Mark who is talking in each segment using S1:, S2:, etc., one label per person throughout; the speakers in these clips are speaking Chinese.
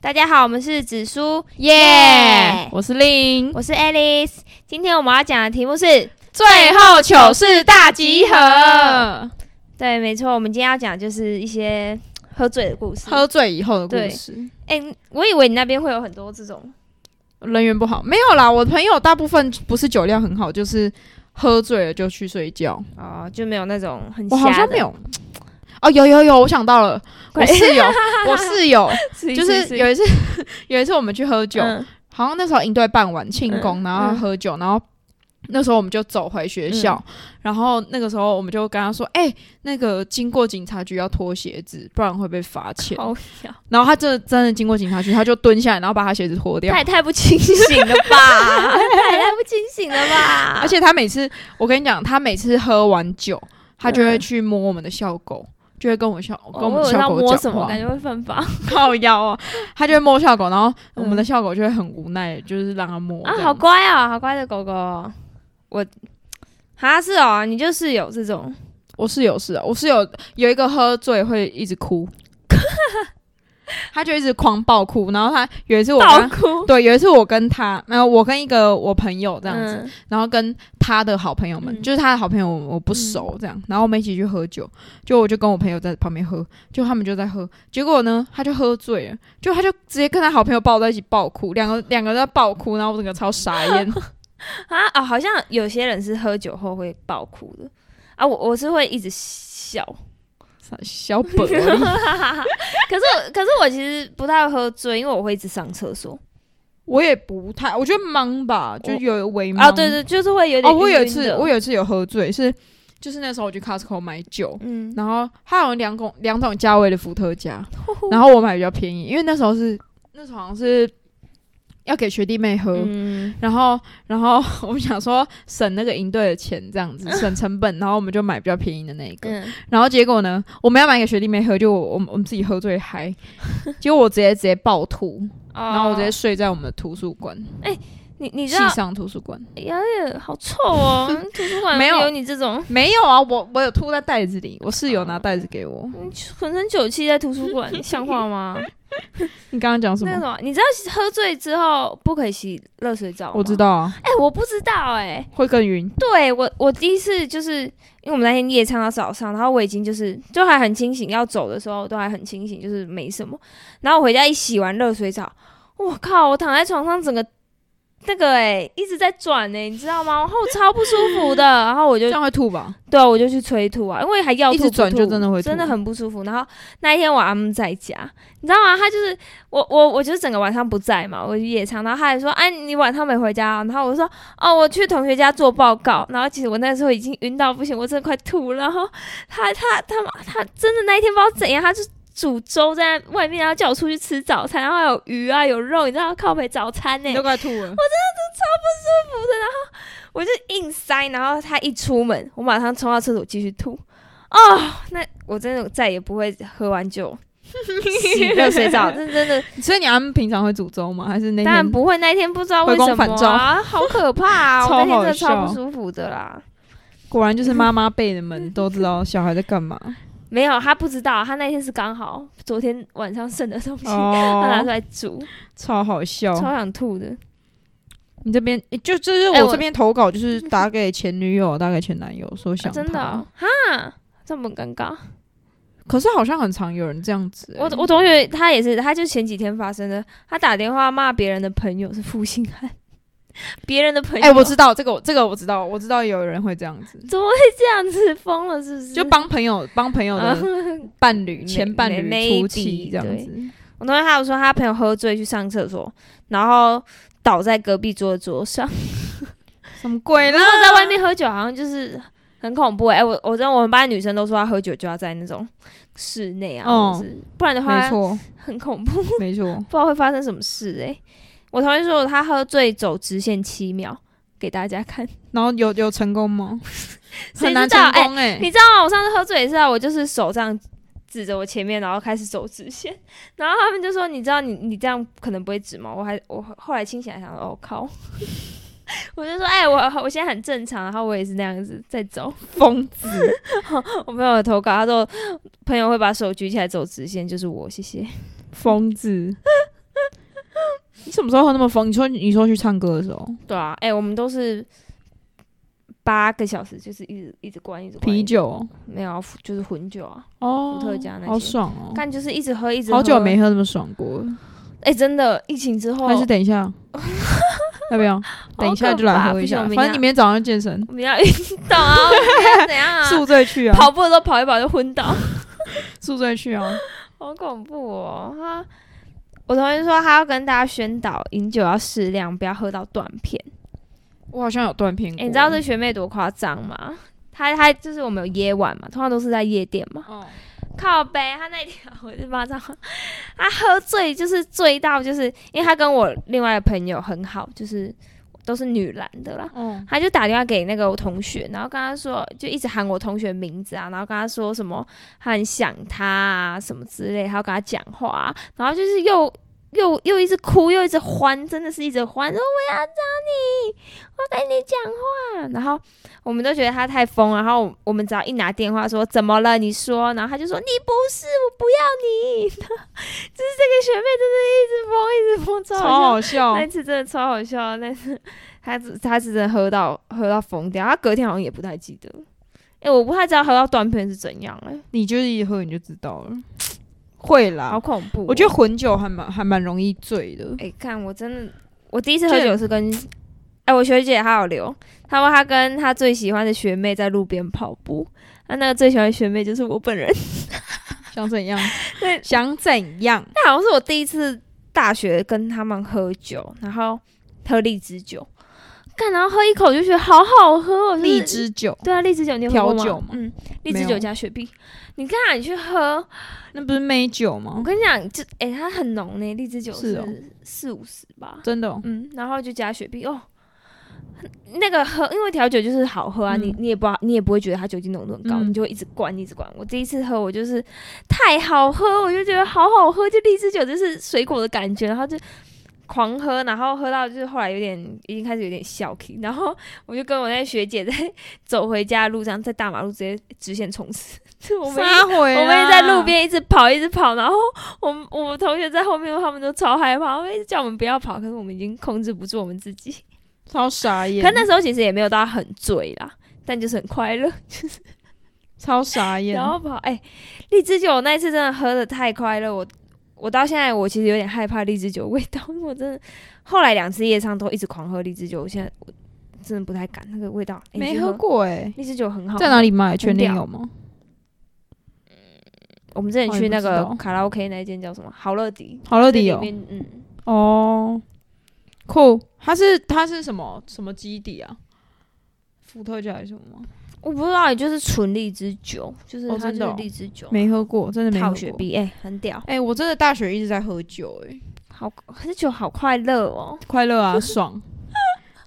S1: 大家好，我们是紫苏，耶、
S2: 我是令，
S1: 我是 Alice。今天我们要讲的题目是，
S2: 最后糗事大集合
S1: 合，对，没错，我们今天要讲的就是一些喝醉的故事。
S2: 喝醉以后的
S1: 对
S2: 故事，
S1: 哎、我以为你那边会有很多这种，
S2: 人缘不好，没有啦，我朋友大部分不是酒量很好，就是喝醉了就去睡觉，
S1: 哦、就没有那种很
S2: 我好
S1: 瞎
S2: 像
S1: 的
S2: 没有。哦，有有有，我想到了，我
S1: 快
S2: 室友，我室友
S1: 是
S2: 就是有一次， 有一次我们去喝酒，
S1: 嗯
S2: 好像那时候营队办完庆功，
S1: 嗯嗯
S2: 然后喝酒，然后那时候我们就走回学校，然后那个时候我们就跟他说：“哎、那个经过警察局要脱鞋子，不然会被罚钱。
S1: 好小，”
S2: 然后他真的真的经过警察局，他就蹲下来，然后把他鞋子脱掉
S1: 他。也太不清醒了 吧！他也太不清醒了吧！
S2: 而且他每次，我跟你讲，他每次喝完酒，他就会
S1: 嗯
S2: 去摸我们的校狗，就会跟我们校
S1: 哦
S2: 跟我们
S1: 我有
S2: 校
S1: 要
S2: 狗
S1: 摸什
S2: 讲
S1: 么，
S2: 话
S1: 感，觉会犯法
S2: 靠腰啊，他就会摸校狗，然后我们的校狗就会很无奈，就是让他摸
S1: 嗯啊！
S2: 这
S1: 好
S2: 样子
S1: 乖哦，好乖的狗狗哦。我哈是哦，你就是有这种
S2: 我室友是啊，我室友有一个喝醉会一直哭， 他就一直狂暴哭。然后他有一次我
S1: 爆
S2: 跟
S1: 哭
S2: 对有一次我跟他，然后我跟一个我朋友这样子，
S1: 嗯
S2: 然后跟他的好朋友们，
S1: 嗯
S2: 就是他的好朋友我我不熟这样，然后我们一起去喝酒，就我就跟我朋友在旁边喝，就他们就在喝，结果呢他就喝醉了，就他就直接跟他好朋友抱在一起爆哭，两个两个在爆哭，然后我整个超傻 眼，
S1: 啊啊！好像有些人是喝酒后会爆哭的啊，我我是会一直笑，
S2: 傻小本而已。
S1: 可是 我可是我其实不太会喝醉，因为我会一直上厕所
S2: 我也不太，我觉得忙吧，就有微忙
S1: 啊。对对，就是会有点
S2: 嗯哦，我有一
S1: 晕晕
S2: 次，
S1: 的
S2: 我有一次有喝醉，是就是那时候我去 Costco 买酒，
S1: 嗯，
S2: 然后它好像两种两种价位的伏特加，然后我买比较便宜，因为那时候是那时候好像是要给学弟妹喝。
S1: 嗯
S2: 然后，然后我们想说省那个营队的钱，这样子省成本，然后我们就买比较便宜的那一 个。
S1: 嗯，
S2: 然后结果呢，我们要买给学弟妹喝，就我我们我们自己喝 醉嗨，结果我直接直接暴吐，然
S1: 然
S2: 后我直接睡在我们的图书馆，
S1: 哦你你知
S2: 系
S1: 道，
S2: 上图书馆。
S1: 哎呀，好臭 哦！图书馆
S2: 没有
S1: 有你这种
S2: 没有啊，我我有吐在袋子里，我室友拿
S1: 哦
S2: 袋子给我。
S1: 浑身酒气在图书 馆，像话吗？
S2: 你刚刚讲什
S1: 那
S2: 么？
S1: 种你知道喝醉之后不可以洗热水澡吗
S2: 我知。道啊，
S1: 哎、我不知道哎、
S2: 会更晕。
S1: 对我我第一次就是因为我们那天夜唱到早上，然后我已经就是就还很清醒，要走的时候都还很清醒，就是没什么。然后我回家一洗完热水澡，我靠，我躺在床上整个。那个哎、一直在转哎、你知道吗？然后我超不舒服的，然后我就
S2: 这样会吐 吧？
S1: 对啊，我就去催吐啊，因为还要吐
S2: 一直转
S1: 不
S2: 就
S1: 吐
S2: 真的会吐
S1: 真的很不舒服。然后那一天我阿姆在家，你知道吗？他就是我我我就是整个晚上不在嘛，我去夜唱，然后他还说：“哎、你晚上没回家、啊？”然后我说：“哦，我去同学家做报告。”然后其实我那时候已经晕到不行，我真的快吐了。然后他他他他他真的那一天不知道怎样，他就。煮粥在外面，然后叫我出去吃早餐，然后还有鱼啊，有肉，你知道靠北早餐呢、
S2: 你都快吐了。
S1: 我就硬塞，然后他一出门，我马上冲到厕所继续吐。哦，那我真的再也不会喝完 酒洗热水澡，真真的
S2: 所以你们平常会煮粥吗？还是那
S1: 当然
S2: 天？
S1: 不会。那一天不知道为
S2: 回
S1: 什
S2: 光返
S1: 么啊，好可怕啊！
S2: 超
S1: 我那天真
S2: 好
S1: 的
S2: 笑
S1: 超不舒服的啦。
S2: 果然就是妈妈辈 的们都知道小孩在干嘛。
S1: 没有，他不知道，他那天是刚好昨天晚上剩的东西，他拿出
S2: 哦，
S1: 来煮，
S2: 超好笑。
S1: 超想吐的。
S2: 你这边就就是
S1: 哎
S2: 我
S1: 我
S2: 这边投稿， 就是打给前女友，打给前男友说想
S1: 真的
S2: 他
S1: 哦。哈、这么尴尬。
S2: 可是好像很常有人这样子欸。
S1: 我我同学他也是，他就前几天发生的，他打电话骂别人的朋友是负心汉，别人的朋友，
S2: 哎、我知道这个我，这个我知道，我知道有人会这样子，
S1: 怎么会这样子，疯了是不是？
S2: 就帮朋友帮朋友
S1: 啊
S2: 的伴侣、
S1: 没
S2: 前伴
S1: 没
S2: 侣出气
S1: 没
S2: 这样
S1: 对
S2: 子。
S1: 我同学还有说他朋友喝醉去上厕所，然后倒在隔壁桌的桌上，
S2: 什么鬼啦？
S1: 然后在外面喝酒，好像就是很恐怖哎、我我知道我们班女生都说她喝酒就要在那种室内啊，
S2: 哦
S1: 或者是不然的
S2: 没
S1: 话
S2: 错，
S1: 很恐怖。
S2: 没错。
S1: 不知道会发生什么事哎、我同学说他喝醉走直线七秒，给大家看。
S2: 然后有有成 功吗？
S1: 谁
S2: 很难
S1: 知
S2: 成
S1: 道
S2: 功哎、
S1: 你知道吗？我上次喝醉也是啊，我就是手这样指着我前面，然后开始走直线， 然后他们就说：“你知道你你这样可能不会指吗？”我还我后来清醒来想说：“哦靠！” 我就说：“哎、我我现在很正常，然后我也是那样子在走。
S2: 疯子。”
S1: 我朋友有投稿，他说朋友会把手举起来走直线，就是我，谢谢。
S2: 疯子，什么时候喝那么疯？你说你说去唱歌的时候，
S1: 对啊，哎、我们都是八个小时，就是一直一直灌，一直灌
S2: 啤
S1: 一直
S2: 酒哦
S1: 没有啊，就是混酒啊，
S2: 哦，
S1: 伏特加那些
S2: 好爽哦，
S1: 但就是一直喝，一直喝哦
S2: 好久没喝那么爽过了。
S1: 哎、真的，疫情之后
S2: 还是等 一下，要不要？等一下就来喝一下，
S1: 不行我
S2: 反
S1: 明天
S2: 正你明天早上健身，
S1: 我们要运动啊， 我们要怎样啊？
S2: 宿醉去啊，
S1: 跑步的时候跑一跑就昏倒，
S2: 宿醉去啊，
S1: 好恐怖哦！他，我同学说他要跟大家宣导饮酒要适量，不要喝到断片。
S2: 我好像有断片过。
S1: 哎、你知道这学妹多夸张吗？她她就是我们有夜晚嘛，通常都是在夜店嘛。
S2: 哦？
S1: 靠背，她那天我就骂脏话，她喝醉就是醉到，就是因为她跟我另外的朋友很好，就是都是女篮的啦。
S2: 哦，
S1: 他就打电话给那个我同学，然后跟他说，就一直喊我同学名字啊，然后跟他说什么他很想他啊什么之类，还要跟他讲话啊、然后就是又又又一直哭，又一直欢，真的是一直欢，说我要找你，我跟你讲话。然后我们都觉得他太疯了，然后我们只要一拿电话说怎么了，你说，然后他就说你不是，我不要你。 就是这个学妹真的一直疯，一直疯，
S2: 超
S1: 好笑
S2: 好笑
S1: 那，一次真的超好笑，啊那次他只他是真的喝到喝到疯掉，他隔天好像也不太记得。哎、我不太知道喝到断片是怎样、哎，
S2: 你就是一喝你就知道了，会啦
S1: 好。恐怖哦、
S2: 啊我觉得混酒还蛮还蛮容易 醉的，
S1: 哎、看我真的，我第一次喝酒是跟哎、我学姐她有留，她说她跟她最喜欢的学妹在路边跑步，她那个最喜欢的学妹就是我本人，
S2: 想怎样
S1: 对？
S2: 想怎样？
S1: 那好像是我第一次大学跟他们喝酒，然后喝荔枝酒，干，然后喝一口就觉得好好喝哦，就是
S2: 荔枝酒
S1: 对啊，荔枝酒你有喝过
S2: 调酒吗
S1: 嗯，荔
S2: 没
S1: 枝
S2: 有
S1: 酒加雪碧。你看、啊、你去喝，
S2: 那不是美酒吗
S1: 我？跟你讲，就哎、它很浓呢，荔枝酒
S2: 是哦
S1: 是四五十吧，
S2: 真的哦，
S1: 嗯，然后就加雪碧哦。那个喝，因为调酒就是好喝啊，
S2: 嗯
S1: 你你也不好你也不会觉得它酒精浓度很高，
S2: 嗯
S1: 你就会一直灌一直灌。我第一次喝，我就是太好喝，我就觉得好好喝，就荔枝酒就是水果的感觉，然后就狂喝，然后喝到就是后来有点已经开始有点笑气，然后 我就跟我那学姐在 走回家的路上，在大马路直接直线冲刺， 就我们一
S2: 撒回啊
S1: 我们也在路，边一直跑，一直跑，然后我们我们同学在后面，他们都超害怕，他们一直叫我们不要跑，可是我们已经控制不住我们自己。
S2: 超傻眼，
S1: 可那时候其实也没有到很醉啦，但就是很快乐，就是
S2: 超傻眼。
S1: 然后跑。哎、荔枝酒那一次真的喝的太快乐，我我到现在我其实有点害怕荔枝酒的味道，因为我真的后来两次夜唱都一直狂喝荔枝酒，我现在我真的不太敢那个味道。哎你
S2: 没
S1: 去
S2: 喝过哎，
S1: 荔枝酒很好，
S2: 在哪？里买？全年
S1: 屌
S2: 有吗？
S1: 我们之前
S2: 哦你
S1: 去
S2: 不
S1: 那
S2: 知
S1: 个
S2: 道
S1: 卡拉 OK 那一间叫什么？好乐迪。
S2: 好乐迪有
S1: 那里面嗯。
S2: 哦，酷，它是它是什么什么基底啊？伏特加还是什么吗？
S1: 我不知道，也就是纯荔枝酒，就是
S2: 哦
S1: 它就
S2: 真的
S1: 是
S2: 哦
S1: 荔枝酒，
S2: 没喝过，真的没喝
S1: 泡
S2: 过。
S1: 雪碧，哎、很屌，
S2: 哎、我真的大学一直在喝酒、哎，
S1: 好，这酒好快乐哦，
S2: 快乐 啊，爽，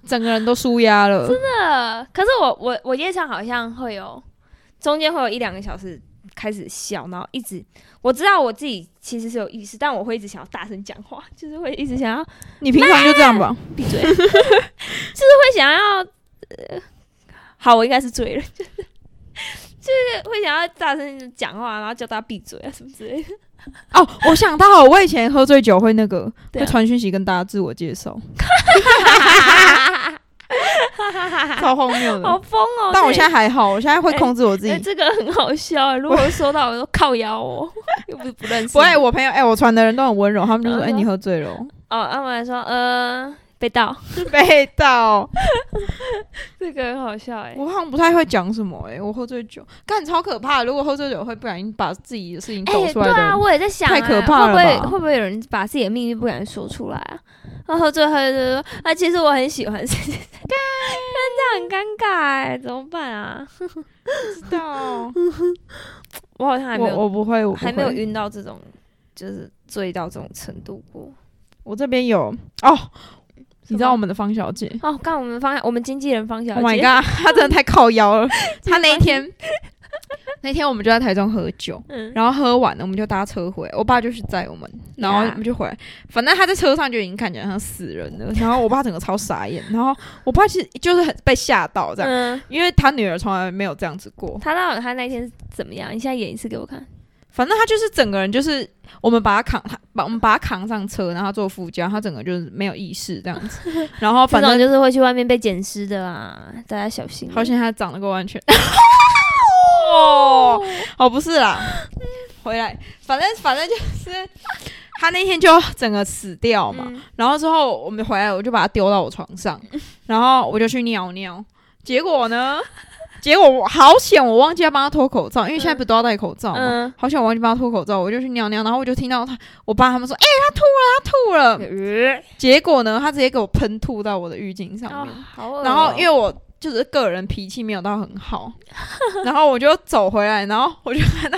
S2: 整个人都舒压了。真的，
S1: 真的。可是我我我夜场好像会有中间会有一两个小时开始笑，然后一直我知道我自己其实是有意识，但我会一直想要大声讲话，就是会一直想要
S2: 你平常就这样吧？
S1: 闭嘴，就是会想要，呃、好，我应该是醉了，就是就是会想要大声讲话，然后叫大家闭嘴啊什么之类的。
S2: 哦，我想到了，我以前喝醉酒会那个，
S1: 对啊
S2: 会传讯息跟大家自我介 绍，超荒谬
S1: 好
S2: 的。
S1: 疯哦！
S2: 但我
S1: 这
S2: 现在还好，我现在会控制我自己。
S1: 哎、这个很好笑、欸如果我收到，我说靠腰哦， 又不是不认识。
S2: 不会，我朋友哎、我传的人都很温柔，他们就说：“
S1: 嗯
S2: 哎、你喝醉了哦、
S1: 哦，他们还说，呃，被盗，
S2: 被盗。
S1: 这个很好笑哎、
S2: 我好像欸不太会讲什么哎、我喝醉酒，干超可怕的。如果喝醉酒会不小心把自己的事情
S1: 哎、
S2: 抖出来
S1: 对
S2: 的人，
S1: 啊，我也在想、啊，
S2: 太可怕
S1: 会
S2: 了吧
S1: 不会会不会有人把自己的秘密不敢说出来啊？然后最后就是说，啊，其实我很喜欢谁 谁谁，但这样很尴尬哎、怎么办啊？
S2: 不知道。哦
S1: 我好像还没
S2: 我
S1: 有
S2: 我不会，我不
S1: 还没有
S2: 会
S1: 晕到这种，就是醉到这种程度过。
S2: 我这边有哦，你知道
S1: 什么
S2: 我们的方小姐
S1: 哦，刚我们方我们经纪人方小姐
S2: o h Oh my god，她真的太靠腰 了。她那一天， 那天我们就在台中喝酒，
S1: 嗯，
S2: 然后喝完了我们就搭车回来，我爸就去载我们，然后
S1: Yeah
S2: 我们就回来。反正他在车上就已经看起来像死人了，然后我爸整个超傻眼，然后我爸其实就是很被吓到这样，
S1: 嗯，
S2: 因为他女儿从来没有这样子过。
S1: 他到底他那天是怎么样？你现在演一次给我看。
S2: 反正他就是整个人就是我们把他扛，他把我们把他扛上车，然后他坐副驾，他整个就是没有意识这样子。 然后
S1: 这
S2: 啊反
S1: 种
S2: 正
S1: 就是会去外面被捡尸的啊，大家小心。
S2: 好险他长得够安全。 哦，哦不是啦，回来，反正反正就是他那天就整个死掉嘛。
S1: 嗯
S2: 然后之后我们回来，我就把它丢到我床上，然后我就去尿尿。结果呢？结果我好险，我忘记要帮他脱口罩，因为现在不都要戴口罩吗？
S1: 嗯，
S2: 好险，我忘记帮他脱口罩，我就去尿尿，然后我就听到他我爸他们说：“哎、他吐了，他吐了。
S1: 呃”
S2: 结果呢，他直接给我喷吐到我的浴巾上
S1: 哦
S2: 面。
S1: 好恶哦
S2: 嗯然后因为我就是个人脾气没有到很好， 然后我就走回来，然后我就看到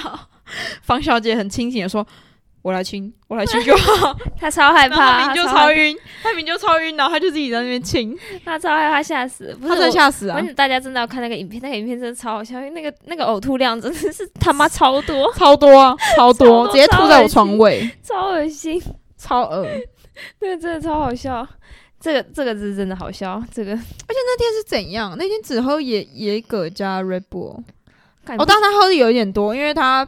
S2: 房小姐很清醒的说：“我来亲， 我来亲就好。”
S1: 他超害
S2: 然后他
S1: 怕，
S2: 明就
S1: 他
S2: 超
S1: 害
S2: 晕，他明就超晕，然后他就自己在那边亲，
S1: 他超害怕，吓死！不
S2: 他
S1: 是
S2: 真的
S1: 我
S2: 吓死啊
S1: 而，且大家真的要看那个影片，那个影片真的超好笑，因为那个那个呕吐量真的是他妈超 多，
S2: 超多啊，超
S1: 超
S2: 多，
S1: 多
S2: 直接吐在我床尾，
S1: 超恶心，
S2: 超恶。是
S1: 那个真的超好笑。这个这个是真的好笑，这
S2: 哦
S1: 个
S2: 怎样？那天只喝野野葛加 Red Bull，
S1: 感
S2: 哦，当然他喝的有一点多，因为他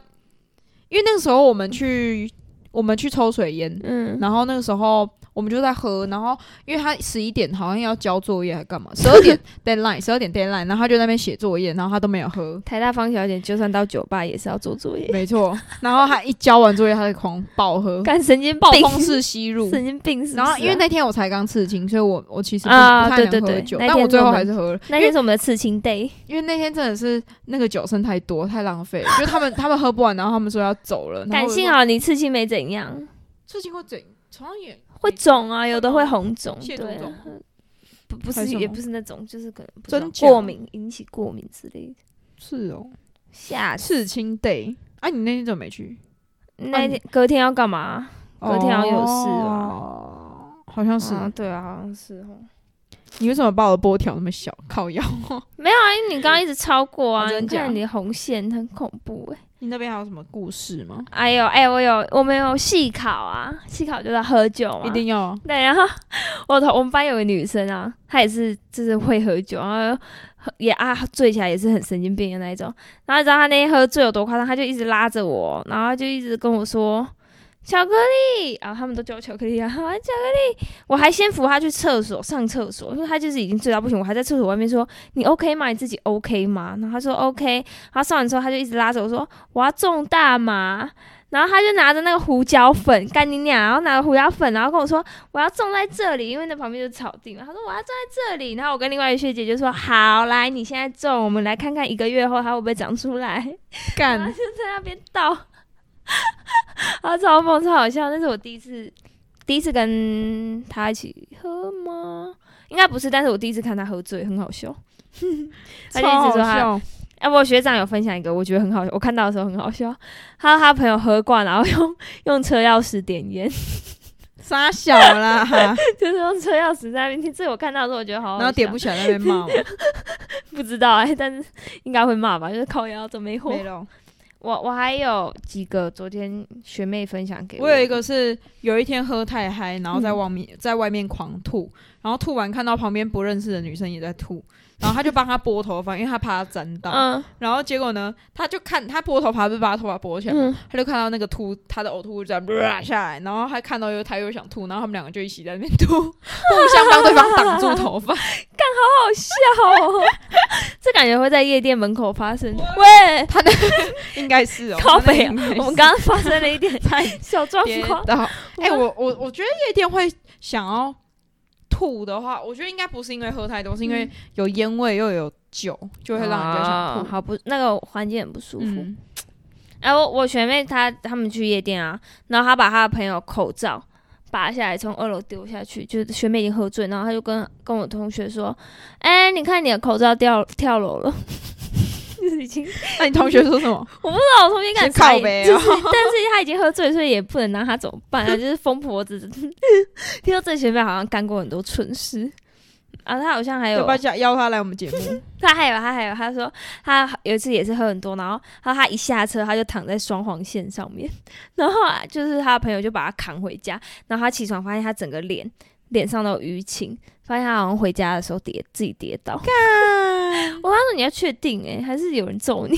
S2: 因为那个时候我们去我们去抽水烟，
S1: 嗯，
S2: 然后那个时候我们就在喝，然后因为他十一点好像要交作业还 干嘛，十二点 deadline，十二点 deadline，然后他就在那边写作业，然后他都没有喝。
S1: 台大方小姐就算到酒吧也是要做作业，
S2: 没错， 然后他一交完作业，他就狂暴喝，
S1: 干神经
S2: 暴
S1: 病，
S2: 风 式吸入。
S1: 神经病是不是啊
S2: 然后因为那天我才刚刺青，所以我我其实不,、
S1: 啊
S2: 不太
S1: 对
S2: 能
S1: 对
S2: 喝
S1: 对
S2: 酒，
S1: 那天
S2: 但我最后
S1: 我们
S2: 还是喝了，
S1: 那天是我们的刺青 day，
S2: 因为那天真的是那个酒剩太多，太浪费 了，就是他们他们喝不完，然后他们说要走了，
S1: 感性
S2: 啊，
S1: 好，你刺青没怎样，
S2: 刺青会怎？好像也
S1: 会肿啊，有的嗯会红肿，
S2: 亵
S1: 对
S2: 渎
S1: 啊
S2: 肿，，
S1: 不不
S2: 还
S1: 是
S2: 是什么
S1: 也不是那种，就是可能不
S2: 真
S1: 知道
S2: 假
S1: 过敏引起过敏之类的，
S2: 是哦，
S1: 吓死！
S2: 刺青 day。啊，你那天怎么没去？啊
S1: 那
S2: 你
S1: 天隔天要干嘛？隔天好像有事吧
S2: 哦，好像是。
S1: 啊，对啊，好像是哦。
S2: 你为什么把我的波条那么小？靠 腰？
S1: 没有啊，因为你刚刚一直超过啊，
S2: 哦真
S1: 你
S2: 假
S1: 看你的红线很恐怖哎、
S2: 你那边还有什么故事吗？
S1: 哎呦哎，我有我们有戏考啊，戏考就是要喝酒嘛。
S2: 一定要啊
S1: 对，然后我同我们班有个女生啊，她也是就是会喝酒，然后喝也啊醉起来也是很神经病的那一种。然后你知道她那天喝醉有多夸张，她就一直拉着我，然后就一直跟我说。巧克力，然后他们都叫我巧克力啊，啊巧克力！我还先扶她去厕所上厕所，因为她就是已经醉到不行，我还在厕所外面说你 OK 吗？你自己 OK 吗？然后她说 OK，然后上完之后她就一直拉着我说我要种大麻，然后她就拿着那个胡椒粉干你娘，然后拿着胡椒粉，然后跟我说我要种在这里，因为那旁边就是草地嘛。他说我要种在这里，然后我跟另外一个学姐就说好，来你现在种，我们来看看一个月后它会不会长出来。 然后
S2: 干
S1: 就在那边倒， 啊，超疯超好笑。那是我第一次，第一次跟他一起喝吗？应该不是，但是我第一次看他喝醉，很好笑。 他就
S2: 超
S1: 一直
S2: 好
S1: 说他
S2: 笑，
S1: 哎、我学长有分享一个，我觉得很好笑，我看到的时候很好笑。他说他朋友喝惯，然后用 用车钥匙点烟，
S2: 傻小 啦，
S1: 就是用车钥匙在那边听。这个我看到的时候，我觉得好好笑。
S2: 然后 点不起来在那边骂我，
S1: 不知道哎、但是应该会骂吧，就是靠腰怎么没火。
S2: 没了。
S1: 我我还有几个昨天学妹分享给
S2: 我有一个是有一天喝太嗨，然后在
S1: 嗯
S2: 外面、在外面狂吐，然后吐完看到旁边不认识的女生也在吐，然后他就帮她拨头发，因为他怕她沾 到。
S1: 嗯
S2: 然后结果呢，他就看他拨头发，不是把她头发拨起来吗，
S1: 嗯，
S2: 他就看到那个吐，他的呕吐物就这样、呃、下来，然后他看到又他又想吐，然后他们两个就一起在那边吐， 互相帮对方挡住头发。
S1: 好笑哦， 这感觉会在夜店门口发生。喂，
S2: 他的应该是哦，
S1: 靠北
S2: 他那应该是
S1: 我们 刚刚发生了一点小状
S2: 跌
S1: 况，
S2: 倒。哎、我我我觉得夜店会想要吐的话，我觉得应该不是因为喝太多，是因为有烟味又有酒，就会让人家想
S1: 啊
S2: 吐。
S1: 好不，那个环境很不舒服。
S2: 嗯，
S1: 哎、我我学妹她她们去夜店啊，然后她把她的朋友口罩拔下来，从二楼丢下去，就是学妹已经喝醉，然后她就跟跟我同学说：“哎、你看你的口罩掉跳楼了。” 就是已经，
S2: 那你同学说什么？
S1: 我不知道我同学敢
S2: 先靠
S1: 呗，
S2: 北
S1: 就
S2: 哦
S1: 是，但是她已经喝醉，所以也不能拿她怎么办啊，就是疯婆子。听说这学妹好像干过很多蠢事啊，她好像还有
S2: 要不要叫邀他来我们节目？
S1: 他还有，他还有，他说他有一次也是喝很多，然后他他一下车他就躺在双黄线上面，然后啊就是他的朋友就把他扛回家，然后他起床发现他 整个脸脸上都有淤青，发现他好像回家的时候跌自己跌倒，我告诉你要确定哎、还是有人 揍你，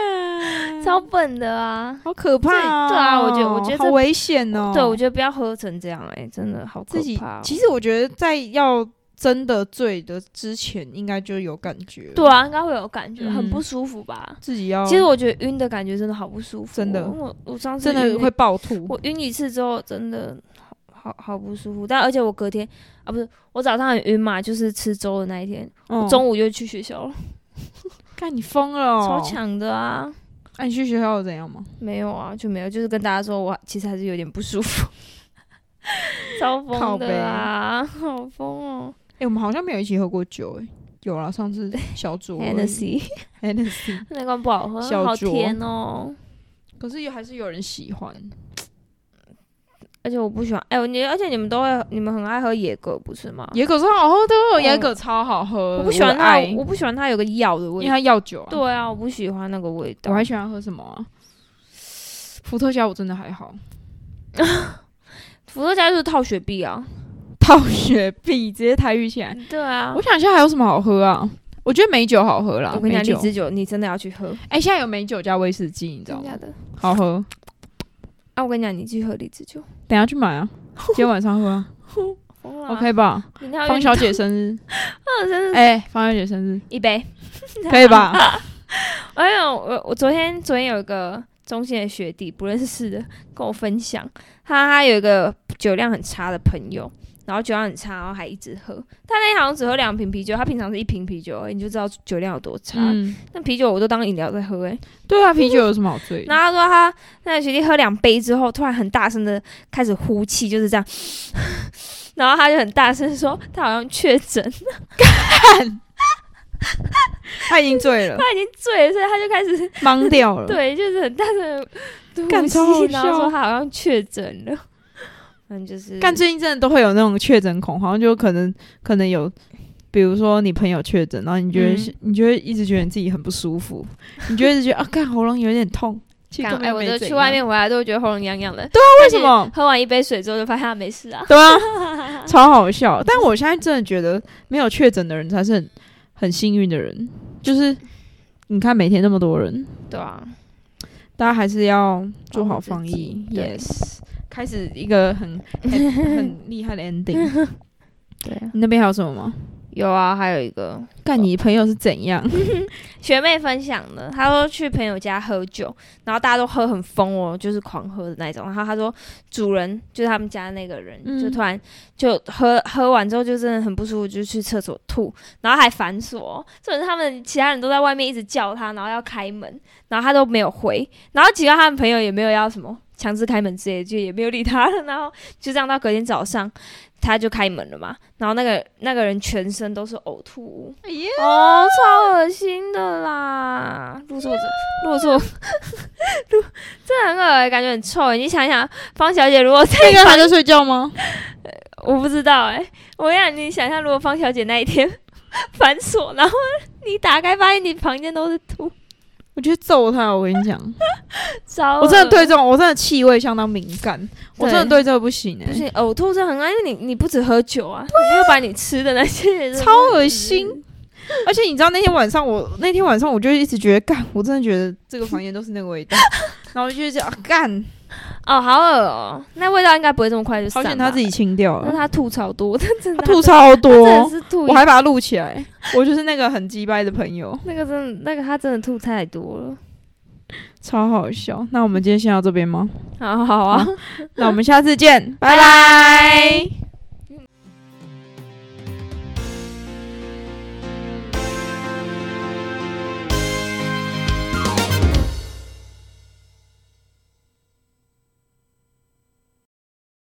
S2: 干
S1: 超笨的啊！
S2: 好可怕、哦！
S1: 这对啊我觉得我觉得这
S2: 好危险哦。
S1: 对，我觉得不要喝成这样哎、真的好可
S2: 自己
S1: 怕哦、
S2: 其实我觉得在要真的醉的之前，应该就有感觉。
S1: 对，啊，应该会有感觉，很
S2: 嗯
S1: 不舒服吧？
S2: 自己要
S1: 其实我觉得晕的感觉真的好不舒服哦，
S2: 嗯真的
S1: 我我上次
S2: 真
S1: 晕
S2: 的
S1: 那
S2: 会爆吐。
S1: 我晕一次之后，真的好好好不舒服。但而且我隔天啊，不是我早上很晕嘛，就是吃粥的那一天，
S2: 嗯
S1: 中午就去学校了，
S2: 看你疯了、哦，
S1: 超！强的啊！
S2: 那、你去学校有怎样吗？
S1: 没有啊，就没有，就是跟大家说我其实还是有点不舒服， 超
S2: 靠
S1: 疯
S2: 北
S1: 的啊， 好疯哦
S2: 哎、我们好像没有一起喝过酒、哎，有啦，上 次小酌而已
S1: ！Hennessy
S2: Hennessy
S1: 那罐不好喝，
S2: 小
S1: 好
S2: 酌
S1: 甜哦。
S2: 可是有还是有人喜欢。
S1: 啊而且我不喜欢，哎、你而且你们都会，你们很爱喝野格，不是吗？
S2: 野狗超好喝的哦，
S1: 嗯
S2: 野狗超好喝，
S1: 我不喜欢
S2: 的
S1: 它
S2: 爱，
S1: 我不喜欢它有个药的
S2: 因
S1: 味
S2: 为
S1: 道。
S2: 它药酒啊。，
S1: 对啊，我不喜欢那个味道。
S2: 我还喜欢喝什么啊？伏特加我真的还好，
S1: 伏特加就是套雪碧啊。
S2: 套雪碧直接台语起来。
S1: 对啊
S2: 我，想一下还有什么好喝啊？我觉得美酒好喝啦，
S1: 我跟你讲，
S2: 美酒
S1: 荔枝酒你真的要去喝，
S2: 哎、现在有美酒加威士忌，你知道吗？
S1: 的？
S2: 好喝，
S1: 啊，我跟你讲，你去喝荔枝酒，
S2: 等一下去买 啊，今天晚上喝啊
S1: 疯了啊哦
S2: ，OK 吧？
S1: 你那
S2: 方小姐 生日，
S1: 真的
S2: 哎、方小姐生日
S1: 一杯，
S2: 可以
S1: 啊
S2: 吧？
S1: 哎呦，我我昨天昨天有一个中心的学弟，不认识的，跟我分享，他他有一个酒量很差的朋友，然后酒量很差，然后还一直喝。他那天好像只喝两瓶啤酒，他平常是一瓶啤酒而已，你就知道酒量有多差。
S2: 嗯，
S1: 那啤酒我都当饮料在喝、欸，
S2: 对啊，啤酒有什么好醉的？
S1: 然后他说他那个学弟喝两杯之后，突然很大声的开始呼气，就是这样。 然后他就很大声说，他好像确诊，
S2: 他已经 醉了，
S1: 他已经醉了，所以他就开始
S2: 懵掉了。
S1: 对，就是很大声的
S2: 干超好
S1: 然后说
S2: 笑
S1: 他好像确诊了。嗯，就是
S2: 干最近真的都会有那种确诊恐慌，就可能可能有，比如说你朋友确诊，然后你觉得、
S1: 嗯
S2: 你就会一直觉得你自己很不舒服，你就会一直觉得啊，干喉咙有点痛。其实
S1: 干
S2: 根本
S1: 哎，
S2: 就
S1: 我
S2: 没
S1: 就
S2: 怎
S1: 去外
S2: 样，
S1: 面回来都觉得喉咙痒痒的。
S2: 为什么？
S1: 喝完一杯水之后就发现他没事啊。
S2: 对 啊，超好笑。但我现在真的觉得，没有确诊的人才是很很幸运的人。就是你看，每天那么多人，
S1: 对啊，
S2: 大家还是要做
S1: 保护
S2: 好
S1: 自
S2: 防
S1: 己
S2: 疫。
S1: 对
S2: Yes，开始一个很很很厉害 的 ending。
S1: 对，
S2: 你那边还有什么吗？
S1: 有啊，还有一个
S2: 干，你朋友是 怎样？
S1: 学妹分享的，她说去朋友家喝酒，然后大家都喝很疯哦，就是狂喝的那种。然后她说主人就是他们家那个人，
S2: 嗯
S1: 就突然就喝喝完之后就真的很不舒服，就去厕所吐，然后还反锁。哦重点是他们其他人都在外面一直叫他，然后要开门，然后他都没有回，然后其他他的朋友也没有要什么强制开门之类的，就也没有理他了。 然后就这样到隔天早上，他就开门了嘛，然后那个那个人全身都是呕吐物。 哦，超恶心的啦！入座者，入 座，入，真的很恶心，感觉很臭欸。你想一想，方小姐如果在
S2: 那个人还
S1: 房，
S2: 在睡觉吗？
S1: 我不知道哎、我跟你讲，你想象如果方小姐那一天 反锁，然后你打开发现你房间都是吐，
S2: 我去揍他！我跟 你讲，
S1: 哦糟了！
S2: 我真的对这种，我真的气味相当敏感，我真的对这个不行
S1: 不
S2: 哎、
S1: 是呕吐是很恶心，因为你你不止喝酒啊，你又把你吃的那些也是
S2: 超恶心。 而且你知道那天晚上我那天晚上我就一直觉得干，我真的觉得这个房间都是那个味 道，然后我就一直啊干，
S1: 哦，好恶哦、那味道应该不会这么快就
S2: 好
S1: 散吧。
S2: 险他自己清掉
S1: 那
S2: 了，
S1: 他吐超多， 他真
S2: 他
S1: 的
S2: 吐超
S1: 真
S2: 多，
S1: 的是吐一
S2: 我还把它录起来。我就是那个很鸡掰的朋友，
S1: 那个真的，那个他真的吐太多了。
S2: 超好笑。那我们今天先到这边吗？
S1: 好好啊。
S2: 那我们下次见，
S1: 拜
S2: 拜拜。